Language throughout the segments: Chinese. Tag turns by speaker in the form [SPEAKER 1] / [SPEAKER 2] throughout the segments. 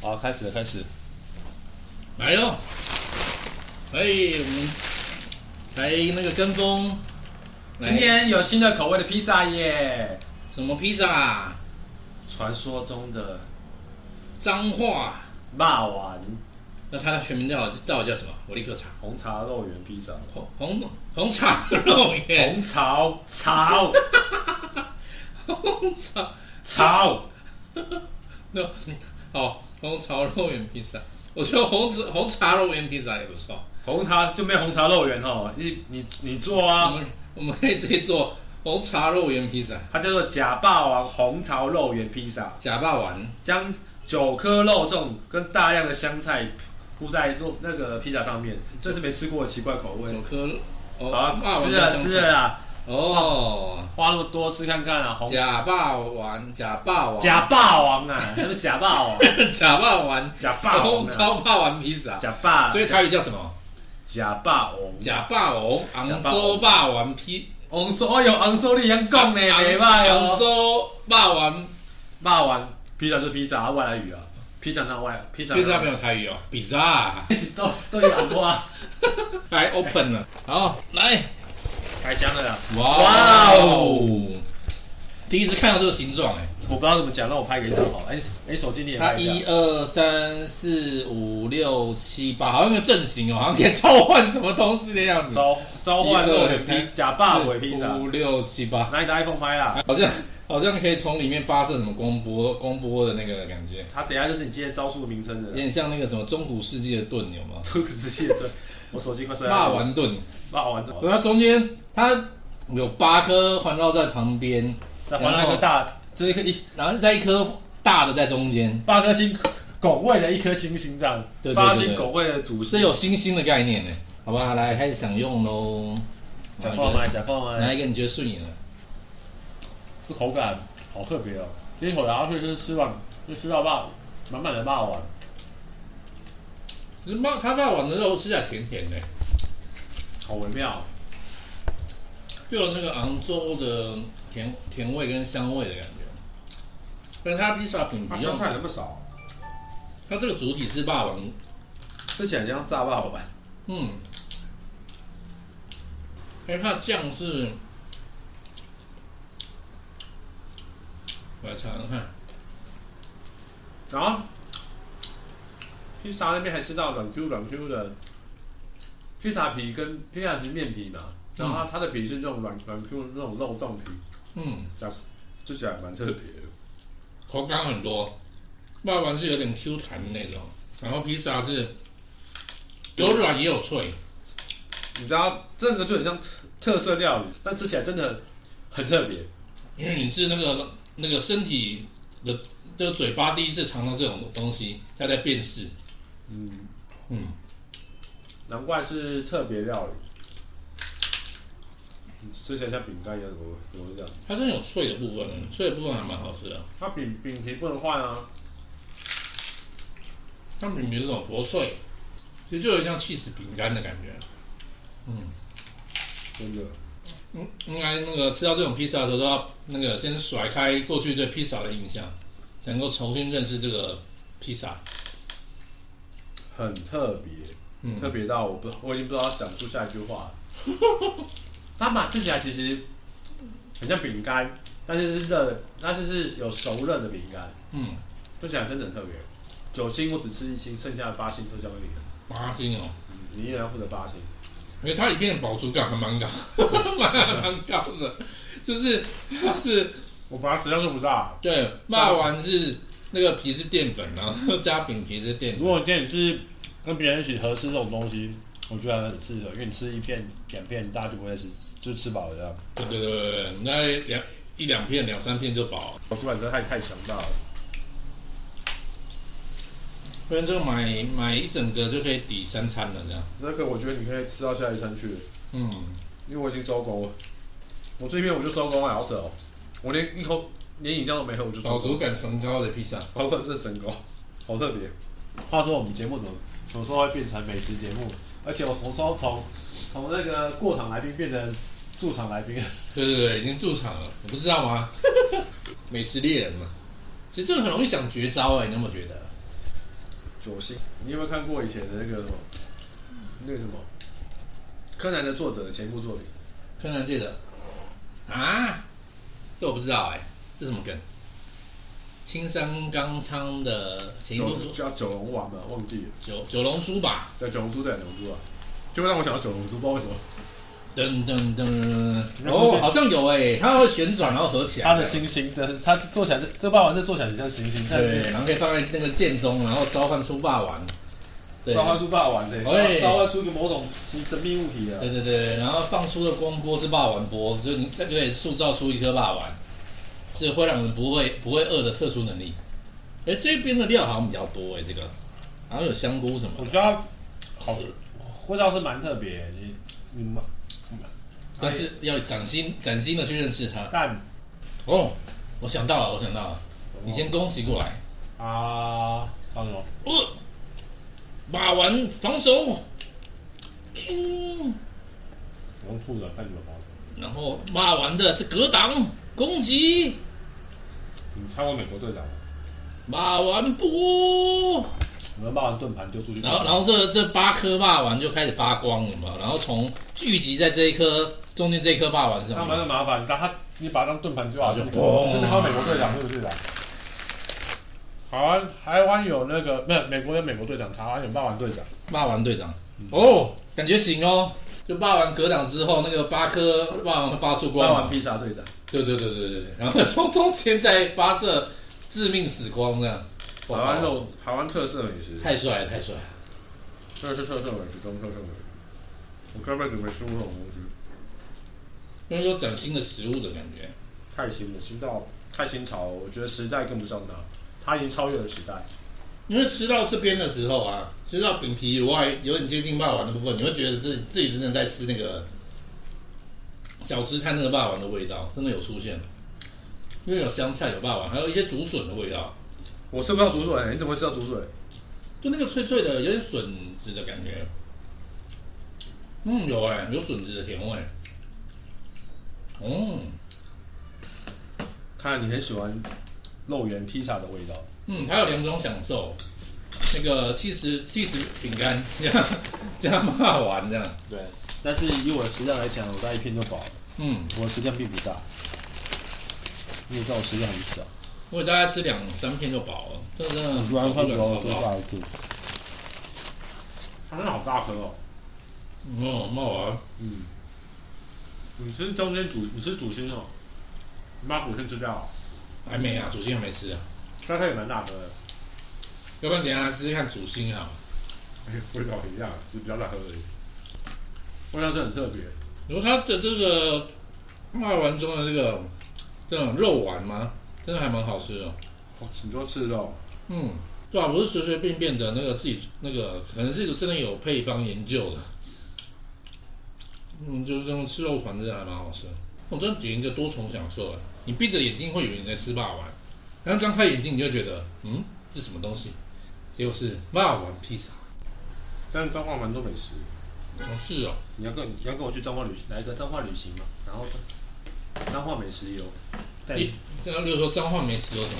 [SPEAKER 1] 好，开始了，开始。
[SPEAKER 2] 来哟，所以我们来那个跟风。来
[SPEAKER 3] 今天有新的口味的披萨耶！
[SPEAKER 2] 什么披萨、啊？
[SPEAKER 3] 传说中的
[SPEAKER 2] 脏话？
[SPEAKER 3] 霸王
[SPEAKER 2] 那它的全名到底到底叫什么？我立刻查。
[SPEAKER 3] 红茶肉圆披萨，
[SPEAKER 2] 红红红茶肉圆，
[SPEAKER 3] 红潮潮
[SPEAKER 2] 红茶
[SPEAKER 3] 潮，
[SPEAKER 2] 那哦，红茶肉圆披萨，我觉得红茶红茶肉圆披萨也不错。
[SPEAKER 3] 红茶就没有红茶肉圆哦，你你你做
[SPEAKER 2] 我
[SPEAKER 3] 啊，
[SPEAKER 2] 们我们可以自己做红茶肉圆披萨，
[SPEAKER 3] 它叫做假霸王红潮肉圆披萨，
[SPEAKER 2] 假霸王
[SPEAKER 3] 将九颗肉粽跟大量的香菜铺在肉那个披萨上面，这是没吃过的奇怪口味
[SPEAKER 2] 九。颗哦，
[SPEAKER 3] 好啊，
[SPEAKER 2] 霸王
[SPEAKER 3] 吃
[SPEAKER 2] 加
[SPEAKER 3] 了
[SPEAKER 2] 香
[SPEAKER 3] 吃
[SPEAKER 2] 菜
[SPEAKER 3] 了啦，
[SPEAKER 2] 哦，
[SPEAKER 3] 花那么多吃看看啊，红
[SPEAKER 2] 假霸王，假霸王，
[SPEAKER 3] 假霸王啊，那是假霸王，
[SPEAKER 2] 假霸王，
[SPEAKER 3] 假霸王
[SPEAKER 2] 红
[SPEAKER 3] 啊，
[SPEAKER 2] 超霸王披萨，
[SPEAKER 3] 假霸
[SPEAKER 2] 所以台语叫什么？
[SPEAKER 3] 假霸王。
[SPEAKER 2] 假霸王，
[SPEAKER 3] 假
[SPEAKER 2] 杭
[SPEAKER 3] 霸王
[SPEAKER 2] 州霸王披，
[SPEAKER 3] 红烧哦哟，红烧你样讲呢，袂歹
[SPEAKER 2] 杭
[SPEAKER 3] 哦。
[SPEAKER 2] 州霸王
[SPEAKER 3] 骂完披萨就是披萨，啊外来语啊，披萨那外披萨
[SPEAKER 2] 披萨没有台语哦，比 萨
[SPEAKER 3] 一起都都有很多啊。
[SPEAKER 2] 还 open 了，好来，
[SPEAKER 3] 开箱了啦，
[SPEAKER 2] 哇哦
[SPEAKER 3] 哦，
[SPEAKER 2] 第一次看到这个形状哎，
[SPEAKER 3] 我不知道怎么讲，让我拍给你看好了。哎、哎，手机你也
[SPEAKER 2] 它
[SPEAKER 3] 拍一
[SPEAKER 2] 一
[SPEAKER 3] 下。
[SPEAKER 2] 二三四五六七八，好像一个阵型哦，好像可以召唤什么东西的样子。
[SPEAKER 3] 召召唤肉
[SPEAKER 2] 一二
[SPEAKER 3] 圆
[SPEAKER 2] 三
[SPEAKER 3] 披假霸尾披萨，
[SPEAKER 2] 五六七八，
[SPEAKER 3] 拿你的 iPhone 拍啦。
[SPEAKER 2] 好像好像可以从里面发射什么光波光波的那个感觉，
[SPEAKER 3] 它等一下就是你今天招数名称的
[SPEAKER 2] 有
[SPEAKER 3] 啦。
[SPEAKER 2] 点像那个什么中古世纪的盾，有吗？
[SPEAKER 3] 初始之线对，我手机快摔
[SPEAKER 2] 霸
[SPEAKER 3] 到了。
[SPEAKER 2] 王盾，
[SPEAKER 3] 骂完，骂完，
[SPEAKER 2] 然后中间它有八颗环绕在旁边，
[SPEAKER 3] 再还到一个大，就是一个一
[SPEAKER 2] 然后再一颗大的在中间，
[SPEAKER 3] 八颗星拱卫的一颗星星这样，
[SPEAKER 2] 对对对
[SPEAKER 3] 八
[SPEAKER 2] 对
[SPEAKER 3] 星拱卫的主
[SPEAKER 2] 是有星星的概念呢，好吧？来开始享用喽。
[SPEAKER 3] 讲话吗？讲话吗？
[SPEAKER 2] 哪一个你觉得顺眼的？
[SPEAKER 3] 是口感好特别哦，第一口咬下去就是吃完，就吃到霸满满的霸王，
[SPEAKER 2] 其实霸它霸王的肉吃起来甜甜的，
[SPEAKER 3] 好微妙哦、
[SPEAKER 2] 又有那个杭州的甜甜味跟香味的感觉。但是它披萨品
[SPEAKER 3] 它
[SPEAKER 2] 比较，
[SPEAKER 3] 那么少，
[SPEAKER 2] 它这个主体是霸王
[SPEAKER 3] 吃起来像炸霸王。
[SPEAKER 2] 嗯，哎，它的酱是，我来尝尝看，
[SPEAKER 3] 然后啊披萨那边还吃到软 Q 软 Q 的披萨皮跟披萨皮面皮嘛，然后它它的皮是那种软软 Q 的那种肉冻皮，
[SPEAKER 2] 嗯，
[SPEAKER 3] 这样吃起来蛮特别的。
[SPEAKER 2] 口感很多，霸王是有点 Q 弹的那种，然后披萨是有软也有脆，
[SPEAKER 3] 你知道这个就很像特色料理，但吃起来真的很特别。
[SPEAKER 2] 因为你是那个那个身体的这个嘴巴第一次尝到这种东西，它在辨识，
[SPEAKER 3] 嗯，
[SPEAKER 2] 嗯，
[SPEAKER 3] 难怪是特别料理。你吃起来像饼干一样，怎么怎么会这样？
[SPEAKER 2] 它真的有脆的部分，脆的部分还蛮好吃的，
[SPEAKER 3] 它饼饼皮不能换啊，
[SPEAKER 2] 它饼皮是种薄脆，其实就有点像 cheese 饼干的感觉。
[SPEAKER 3] 真的。
[SPEAKER 2] 应应该那个吃到这种披萨的时候，都要那个先甩开过去对披萨的印象，才能够重新认识这个披萨。
[SPEAKER 3] 很特别，
[SPEAKER 2] 嗯，
[SPEAKER 3] 特别到我不我已经不知道讲出下一句话了。 它嘛吃起来其实很像饼干，但是是热的，但是是有熟热的饼干，
[SPEAKER 2] 嗯，
[SPEAKER 3] 吃起来真的很特别。九星我只吃一星，剩下的八星都交给你了，
[SPEAKER 2] 八星哦，
[SPEAKER 3] 嗯你依然要负责八星。
[SPEAKER 2] 因为它里面的饱足感还蛮高，蛮蛮高的，就是它是
[SPEAKER 3] 我把它实际上是不啊炸。
[SPEAKER 2] 对，骂完是那个皮是淀粉，然后加饼皮是淀
[SPEAKER 3] 如
[SPEAKER 2] 粉，
[SPEAKER 3] 果你今天是跟别人一起合吃这种东西，我觉得很适合，因为你吃一片两片，大家就不会吃，就吃饱了这样。
[SPEAKER 2] 对对对对对，你大概两一两片两三片就饱了。
[SPEAKER 3] 我主管真的太太强大了，
[SPEAKER 2] 不然就买买一整个就可以抵三餐了，这样。
[SPEAKER 3] 那个我觉得你可以吃到下一餐去，
[SPEAKER 2] 嗯，
[SPEAKER 3] 因为我已经收工了。我这边我就收工了，好扯哦！我连一口连饮料都没喝，我就
[SPEAKER 2] 饱
[SPEAKER 3] 收
[SPEAKER 2] 足
[SPEAKER 3] 工。
[SPEAKER 2] 感神高的披萨。
[SPEAKER 3] 包括这神功，好特别。话说我们节目怎么什么时候会变成美食节目？而且我什么时候从从那个过场来宾变成驻场来宾？
[SPEAKER 2] 对对对，已经驻场了，你不知道吗？欸美食猎人嘛，其实这个很容易想绝招哎、你有没有觉得？
[SPEAKER 3] 九星。你有没有看过以前的那个什么，那个什么，柯南的作者的前部作品？
[SPEAKER 2] 柯南界的啊，这我不知道哎、这什么梗？青山刚昌的前一部
[SPEAKER 3] 九叫九龙丸嘛，忘记了。
[SPEAKER 2] 九九龙珠吧？
[SPEAKER 3] 对，九龙珠对，九龙珠啊，就会让我想到九龙珠，不知道为什么。
[SPEAKER 2] 噔噔噔，哦，好像有哎、它会旋转然后合起来。
[SPEAKER 1] 他的星星，但是他做起来，这霸王这做起来很像星星，但
[SPEAKER 2] 对，然后可以放在那个剑中，然后召唤出霸王。对，
[SPEAKER 1] 召唤出霸王的，
[SPEAKER 2] 喂
[SPEAKER 1] 召唤出一个某种神秘物体啊
[SPEAKER 2] 对。对对，然后放出的光波是霸王波，就你就可以塑造出一颗霸王，是会让人不会不会饿的特殊能力。哎，这边的料好像比较多哎，这个，然后有香菇什
[SPEAKER 3] 哎
[SPEAKER 1] 我
[SPEAKER 2] 么
[SPEAKER 1] 觉
[SPEAKER 2] 的，
[SPEAKER 1] 得它好味道是蛮特别，你你们
[SPEAKER 2] 但是要崭新崭新的去认识它。
[SPEAKER 1] 但
[SPEAKER 2] 哦，我想到了，我想到了，你先攻击过来，
[SPEAKER 1] 啊，放什么？
[SPEAKER 2] 呃，霸王防守，叮
[SPEAKER 1] 我用兔子看你们包。
[SPEAKER 2] 然后霸王的这格挡攻击，
[SPEAKER 1] 你猜过美国队长吗？
[SPEAKER 2] 霸王波。
[SPEAKER 1] 我们把完盾牌丢出去。
[SPEAKER 2] 然后，然后这这八颗霸王就开始发光了嘛，然后从聚集在这一颗中间这一颗霸王
[SPEAKER 1] 他
[SPEAKER 2] 上
[SPEAKER 1] 蛮
[SPEAKER 2] 面，
[SPEAKER 1] 麻烦，但他你把它当盾牌就好哦
[SPEAKER 2] 就
[SPEAKER 1] 像
[SPEAKER 2] 砰
[SPEAKER 1] 你是靠美国队长是不是啊？台湾台湾有那个没有美国有美国队长，台湾有霸王队长。
[SPEAKER 2] 霸王队长，
[SPEAKER 3] 嗯
[SPEAKER 2] 哦，感觉行哦，就霸王格挡之后，那个八颗霸王会发出
[SPEAKER 3] 霸
[SPEAKER 2] 光
[SPEAKER 3] 王，披萨队长，
[SPEAKER 2] 对对对对对对，然后从中间再发射致命死光这样，
[SPEAKER 3] 台湾肉，台湾特色美食，
[SPEAKER 2] 太帅了太帅了，
[SPEAKER 3] 这是特色美食中特色美食。我根本就没吃过这种东西，
[SPEAKER 2] 因为有崭新的食物的感觉，
[SPEAKER 3] 太新了，新到太新潮了，我觉得时代跟不上它，它已经超越了时代。
[SPEAKER 2] 因为吃到这边的时候啊，吃到饼皮以外有点接近霸王的部分，你会觉得自己自己真的在吃那个小吃摊那个霸王的味道，真的有出现，因为有香菜有霸王，还有一些竹笋的味道，
[SPEAKER 3] 我吃不到竹笋、你怎么会吃到竹笋？
[SPEAKER 2] 就那个脆脆的有点笋子的感觉，嗯，有哎、有笋子的甜味，嗯
[SPEAKER 3] 看来你很喜欢肉圆披萨的味道。
[SPEAKER 2] 嗯，还有两种享受，那个七十七十饼干加加霸王这样，
[SPEAKER 1] 对，但是以我的食量来讲，我大概一片就饱了，
[SPEAKER 2] 嗯。
[SPEAKER 1] 我的食量并不大。你也知道我食量很小，
[SPEAKER 2] 我大概吃两三片就饱了，这真的
[SPEAKER 1] 不然
[SPEAKER 2] 快
[SPEAKER 1] 看不到多大一片。
[SPEAKER 3] 它真的好大颗哦。
[SPEAKER 2] 哦，冒啊！
[SPEAKER 3] 嗯，你吃中间主，你吃主心哦，你把主心吃掉哦，
[SPEAKER 2] 还没啊，主心还没吃啊，
[SPEAKER 3] 沙它也蛮大颗的，
[SPEAKER 2] 要不然等一下来试试看主心啊。
[SPEAKER 3] 味道一样，是比较大颗而已。味道是很特别，
[SPEAKER 2] 你说它的这个卖完中的这个这种肉丸吗？真的还蛮好吃的。
[SPEAKER 3] 哦你说吃肉，
[SPEAKER 2] 嗯，对啊，不是随随便便的那个自己那个，可能是真的有配方研究的。嗯，就是这种吃肉团真的还蛮好吃的。我真的体验个多重享受啊！你闭着眼睛会以为你在吃霸王，然后张开眼睛你就觉得，嗯，这什么东西？结果是霸王披萨。
[SPEAKER 3] 但是彰化蛮多美食。
[SPEAKER 2] 哦，是哦，
[SPEAKER 3] 你要跟你要跟我去彰化旅行，来一个彰化旅行嘛，然后彰彰化美食游，带
[SPEAKER 2] 一
[SPEAKER 3] 你
[SPEAKER 2] 刚刚六说彰化美食有什么？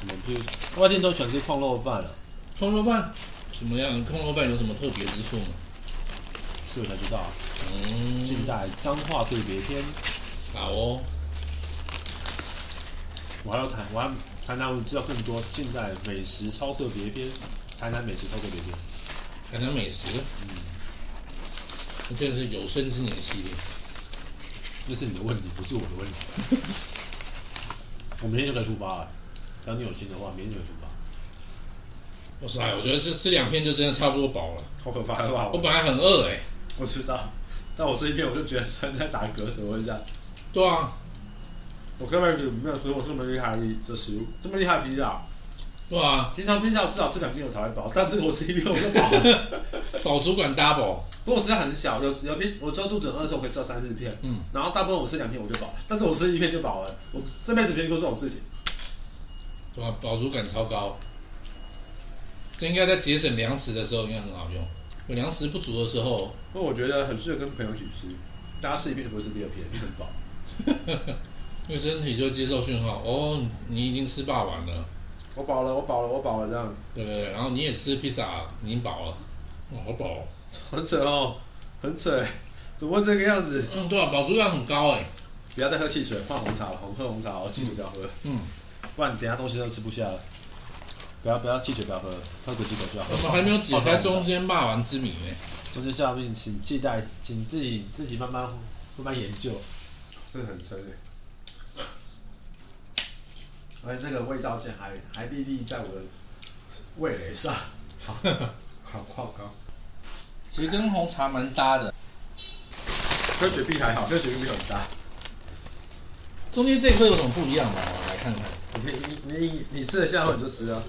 [SPEAKER 1] 什么？譬如外地都喜欢吃矿肉饭了、
[SPEAKER 2] 空肉饭怎么样？空肉饭有什么特别之处吗？
[SPEAKER 1] 去了才知道。现
[SPEAKER 2] 嗯，
[SPEAKER 1] 在彰化特别篇，
[SPEAKER 2] 好哦，
[SPEAKER 1] 我还要谈，我还谈谈，我知道更多现在美食超特别篇，谈谈美食超特别篇。
[SPEAKER 2] 台南美食，嗯，真的是有生之年系列。
[SPEAKER 1] 那是你的问题，不是我的问题。我明天就可以出发了，只要你有心的话，明天就可以出发。
[SPEAKER 2] 哇哎塞，我觉得吃吃两片就真的差不多饱了。
[SPEAKER 3] 好可怕吧？
[SPEAKER 2] 我
[SPEAKER 3] 我
[SPEAKER 2] 本来很饿哎、
[SPEAKER 3] 我知道，但我这一片我就觉得真在打嗝，等我一下。
[SPEAKER 2] 对啊，
[SPEAKER 3] 我根本就没有吃过这么厉害的这食物，这么厉害的披萨。
[SPEAKER 2] 对啊，
[SPEAKER 3] 平常披萨我至少吃两片我才会饱，但这个我吃一片我就饱了。
[SPEAKER 2] 饱主管 double，
[SPEAKER 3] 不过我食量很小，有有片我知道肚子很饿的时候我可以吃到三四片，
[SPEAKER 2] 嗯，
[SPEAKER 3] 然后大部分我吃两片我就饱，但是我吃一片就饱了，我这辈子没遇过这种事情。
[SPEAKER 2] 对啊，饱足感超高。这应该在节省粮食的时候应该很好用。有粮食不足的时候，
[SPEAKER 3] 不过我觉得很适合跟朋友一起吃，大家吃一片就不会吃第二片，很饱。
[SPEAKER 2] 因为身体就会接受讯号，哦，你已经吃霸王了，
[SPEAKER 3] 我饱了，我饱了，我饱了这样，
[SPEAKER 2] 对对对，然后你也吃披萨，你已经饱了，哇，好饱、哦，
[SPEAKER 3] 很扯哦，很扯欸，怎么会这个样子？
[SPEAKER 2] 嗯，对啊，饱足量很高哎，
[SPEAKER 3] 不要再喝汽水，换红茶吧，红喝红茶哦，汽水不要喝，
[SPEAKER 2] 嗯，
[SPEAKER 3] 不然等一下东西都吃不下了。不要不要，汽水不要喝，喝个几口就好。
[SPEAKER 2] 我们还没有解开中
[SPEAKER 3] 间，
[SPEAKER 2] 间霸王之谜哎呢，
[SPEAKER 3] 中间下面请期待，请自己自己慢慢慢慢研究，真的很深诶。而且这个味道竟然还还历历在我的味蕾上，好，好夸张。
[SPEAKER 2] 其实跟红茶蛮搭的。
[SPEAKER 3] 跟雪碧还好，跟雪碧没有很搭。
[SPEAKER 2] 中间这一块有什么不一样吗？我来看看。
[SPEAKER 3] 你你你你吃得下后你就吃啊。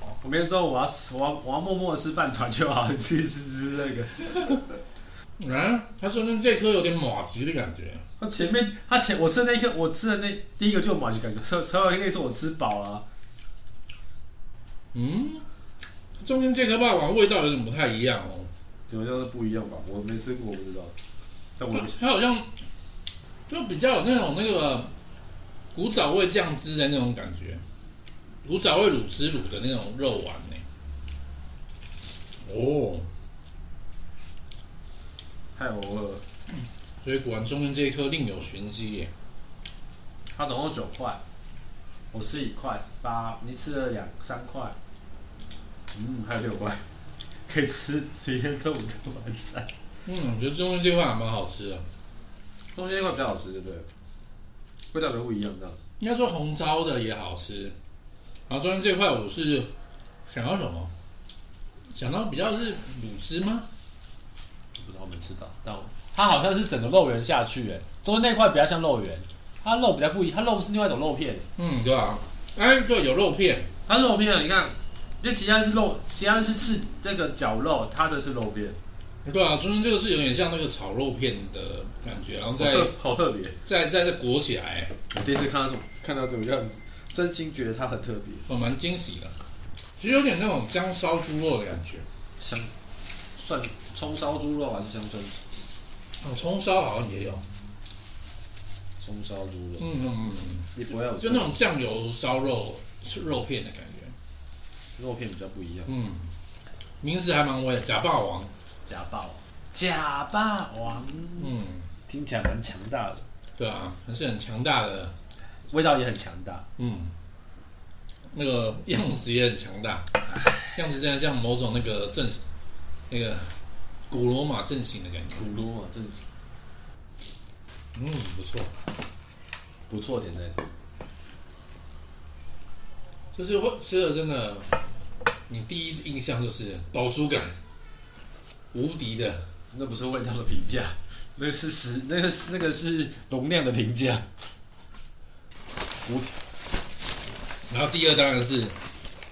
[SPEAKER 3] 哦我明天中午我要吃我要我要默默的吃饭团就好，你自己吃吃那个。
[SPEAKER 2] 啊，它中间这颗有点马吉的感觉。
[SPEAKER 3] 他前面他前我吃的那一颗，我吃的那第一个就有马吉感觉，所以所以那次我吃饱了啊、
[SPEAKER 2] 嗯，中间这颗霸王味道有点不太一样哦，
[SPEAKER 3] 有像是不一样吧？我没吃过，我不知道。但我
[SPEAKER 2] 它它好像就比较有那种那个古早味酱汁的那种感觉，古早味卤汁卤的那种肉丸呢、哦，
[SPEAKER 3] 太偶尔了。
[SPEAKER 2] 所以果然中间这一颗另有玄机耶。
[SPEAKER 3] 它总共九块，我吃一块八，你吃了两三块，嗯，还有六块，可以吃今天中午的晚餐。
[SPEAKER 2] 嗯，我觉得中间这块还蛮好吃的，
[SPEAKER 3] 中间那块比较好吃，对不对？味道比较不一样，这样。
[SPEAKER 2] 应该说红烧的也好吃。然后中间这块我是想到什么？想到比较是卤汁吗？
[SPEAKER 3] 不知道我没吃到，但我它好像是整个肉圆下去，哎，中间那块比较像肉圆，它肉比较不一，它肉是另外一种肉片。
[SPEAKER 2] 嗯，对啊，哎，对，有肉片，
[SPEAKER 3] 它是肉片啊，你看，因为其他是肉，其他是是那个绞肉，它的是肉片，
[SPEAKER 2] 对啊，中间这个是有点像那个炒肉片的感觉，然后
[SPEAKER 3] 好
[SPEAKER 2] 再
[SPEAKER 3] 特好特别。
[SPEAKER 2] 再再再裹起来，
[SPEAKER 3] 我第一次看到这种看到这个样子，真心觉得它很特别，
[SPEAKER 2] 我哦蛮惊喜的。其实有点那种姜烧猪肉的感觉，
[SPEAKER 3] 香蒜葱烧猪肉还是香椿
[SPEAKER 2] 哦，葱烧好像也有，
[SPEAKER 3] 葱烧猪肉？
[SPEAKER 2] 嗯嗯嗯
[SPEAKER 3] 你不要
[SPEAKER 2] 嗯，就那种酱油烧肉是肉片的感觉，
[SPEAKER 3] 肉片比较不一样，
[SPEAKER 2] 嗯，名字还蛮威的，假霸王，
[SPEAKER 3] 假霸假霸王
[SPEAKER 2] 嗯，
[SPEAKER 3] 听起来蛮强大的，
[SPEAKER 2] 对啊，还是很强大的，
[SPEAKER 3] 味道也很强大。
[SPEAKER 2] 嗯，那个样子也很强大，样子真的像某种那个阵，那个古罗马阵型的感觉。
[SPEAKER 3] 苦多啊，真的是
[SPEAKER 2] 嗯，不错，
[SPEAKER 3] 不错点在哪？
[SPEAKER 2] 就是会吃了真的，你第一印象就是饱足感无敌的。
[SPEAKER 3] 那不是味道的评价，那是食，那个是那个是容量的评价。无
[SPEAKER 2] 然后第二当然是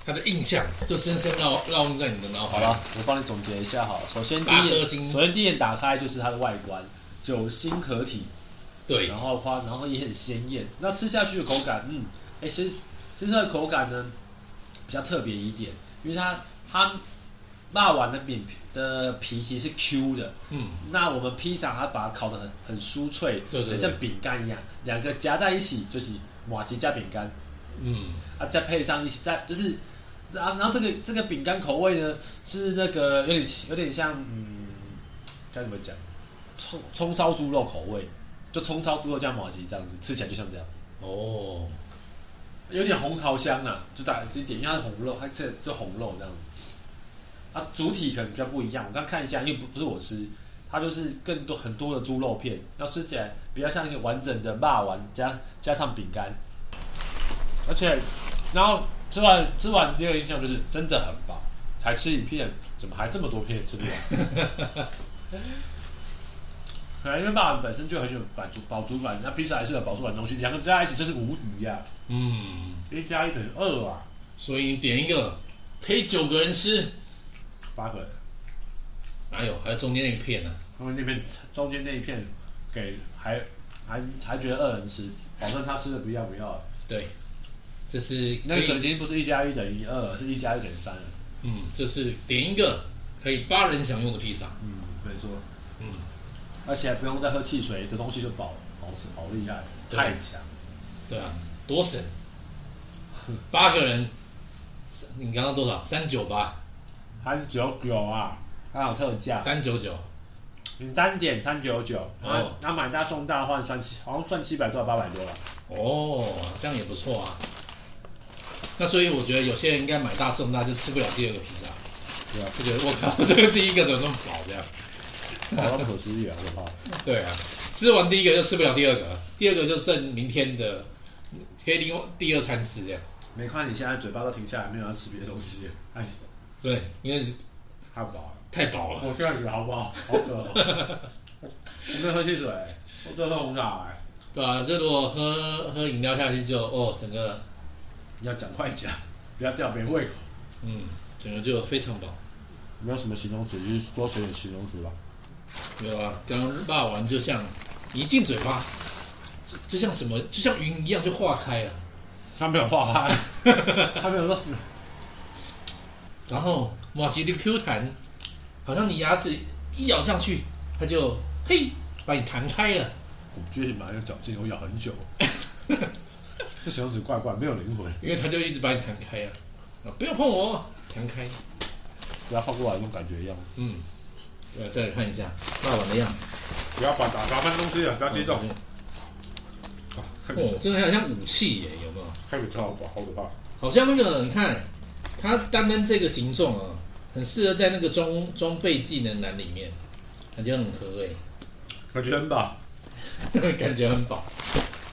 [SPEAKER 2] 它的印象，就深深烙烙印在你的脑
[SPEAKER 3] 好
[SPEAKER 2] 海。
[SPEAKER 3] 了，我帮你总结一下好了。首先第
[SPEAKER 2] 八
[SPEAKER 3] 一
[SPEAKER 2] 颗
[SPEAKER 3] 眼，
[SPEAKER 2] 星
[SPEAKER 3] 首先第一眼打开就是它的外观，酒心合体，
[SPEAKER 2] 对，
[SPEAKER 3] 然后花，然后也很鲜艳。那吃下去的口感，嗯，哎，其实其实它的口感呢比较特别一点，因为它它辣丸的饼皮的皮其实是 Q 的，
[SPEAKER 2] 嗯，
[SPEAKER 3] 那我们披萨它把它烤得很很酥脆，
[SPEAKER 2] 对对对
[SPEAKER 3] 很像饼干一样，两个夹在一起就是马吉加饼干，
[SPEAKER 2] 嗯，
[SPEAKER 3] 啊，再配上一起，再就是，然后然后这个这个饼干口味呢是那个有点有点像嗯，该怎么讲，葱葱烧猪肉口味，就葱烧猪肉加马吉这样子，吃起来就像这样，
[SPEAKER 2] 哦，
[SPEAKER 3] 有点红槽香啊，就大就一点，因为它是红肉，它这这红肉这样子，啊，主体可能比较不一样，我刚看一下，因为不不是我吃。它就是更多很多的猪肉片，然后吃起来比较像一个完整的霸丸加加上饼干，而且，然后吃完吃完第二个印象就是真的很饱，才吃一片，怎么还这么多片吃不完？ 可能因为霸王本身就很有饱足饱足感，那披萨还是有饱足感的东西，两个加在一起真是无敌啊呀、
[SPEAKER 2] 嗯，
[SPEAKER 3] 一加一等于二啊，
[SPEAKER 2] 所以你点一个可以九个人吃，
[SPEAKER 3] 八个人。
[SPEAKER 2] 哪哎有？还有中间那一片呢、啊
[SPEAKER 3] 因为那边中间那一片给还还还觉得二人吃，保证他吃的不要不要。
[SPEAKER 2] 对，这是
[SPEAKER 3] 那
[SPEAKER 2] 可
[SPEAKER 3] 个
[SPEAKER 2] 以
[SPEAKER 3] 已经不是一加一等于二，是一加一等于三了。
[SPEAKER 2] 嗯，这是点一个可以八人享用的披萨。
[SPEAKER 3] 嗯，没错。
[SPEAKER 2] 嗯，
[SPEAKER 3] 而且不用再喝汽水的东西就饱了，好吃好厉害，
[SPEAKER 2] 对
[SPEAKER 3] 太强了。
[SPEAKER 2] 对啊，多省。八个人，你刚刚多少？三九八，
[SPEAKER 3] 还是九九啊，还有特价，
[SPEAKER 2] 三九九，
[SPEAKER 3] 你单点三九九，然后
[SPEAKER 2] 哦
[SPEAKER 3] 然后买大送大的话算七，好像算七百多八百多了。
[SPEAKER 2] 哦，这样也不错啊。那所以我觉得有些人应该买大送大就吃不了第二个披萨，
[SPEAKER 3] 对啊，
[SPEAKER 2] 就觉得我靠，这个第一个怎么这么饱这样？
[SPEAKER 3] 好不可思议啊，我靠！
[SPEAKER 2] 对啊，吃完第一个就吃不了第二个，第二个就剩明天的，可以另外第二餐吃这样。
[SPEAKER 3] 没看你现在嘴巴都停下来，没有要吃别的东西，哎，
[SPEAKER 2] 对，因为
[SPEAKER 3] 太饱了。
[SPEAKER 2] 太饱了。
[SPEAKER 3] 我现在觉得好饱，好渴、 哦。我没有喝汽水，我只有喝红茶、哎。
[SPEAKER 2] 对啊，这如果喝喝饮料下去就哦，整个
[SPEAKER 3] 你要讲快讲，不要吊别人胃口。
[SPEAKER 2] 嗯，整个就非常饱。
[SPEAKER 3] 没有什么形容词，就是多学点形容词吧。
[SPEAKER 2] 没有啊，刚刚霸王就像一进嘴巴，就就像什么，就像云一样就化开了。
[SPEAKER 3] 他没有画画，他没有 说什么。
[SPEAKER 2] 然后马吉的 Q 弹，好像你牙齿一咬上去，它就嘿把你弹开了。
[SPEAKER 3] 我觉得你马上绞尽，我咬很 久。这形容词怪怪，没有灵魂。
[SPEAKER 2] 因为他就一直把你弹开啊，啊不要碰我，弹开。
[SPEAKER 3] 不要靠过来，那种感觉一样。
[SPEAKER 2] 嗯，呃，再来看一下霸王的样子。
[SPEAKER 3] 不要把打打翻东西了，不要激动。啊看
[SPEAKER 2] 哦，真的很像武器耶，有没有？
[SPEAKER 3] 看你超饱，好可怕。
[SPEAKER 2] 好像那个，你看，它单单这个形状啊，很适合在那个装装备技能栏里面，感觉很合诶，欸
[SPEAKER 3] 感觉很饱，
[SPEAKER 2] 感觉很饱。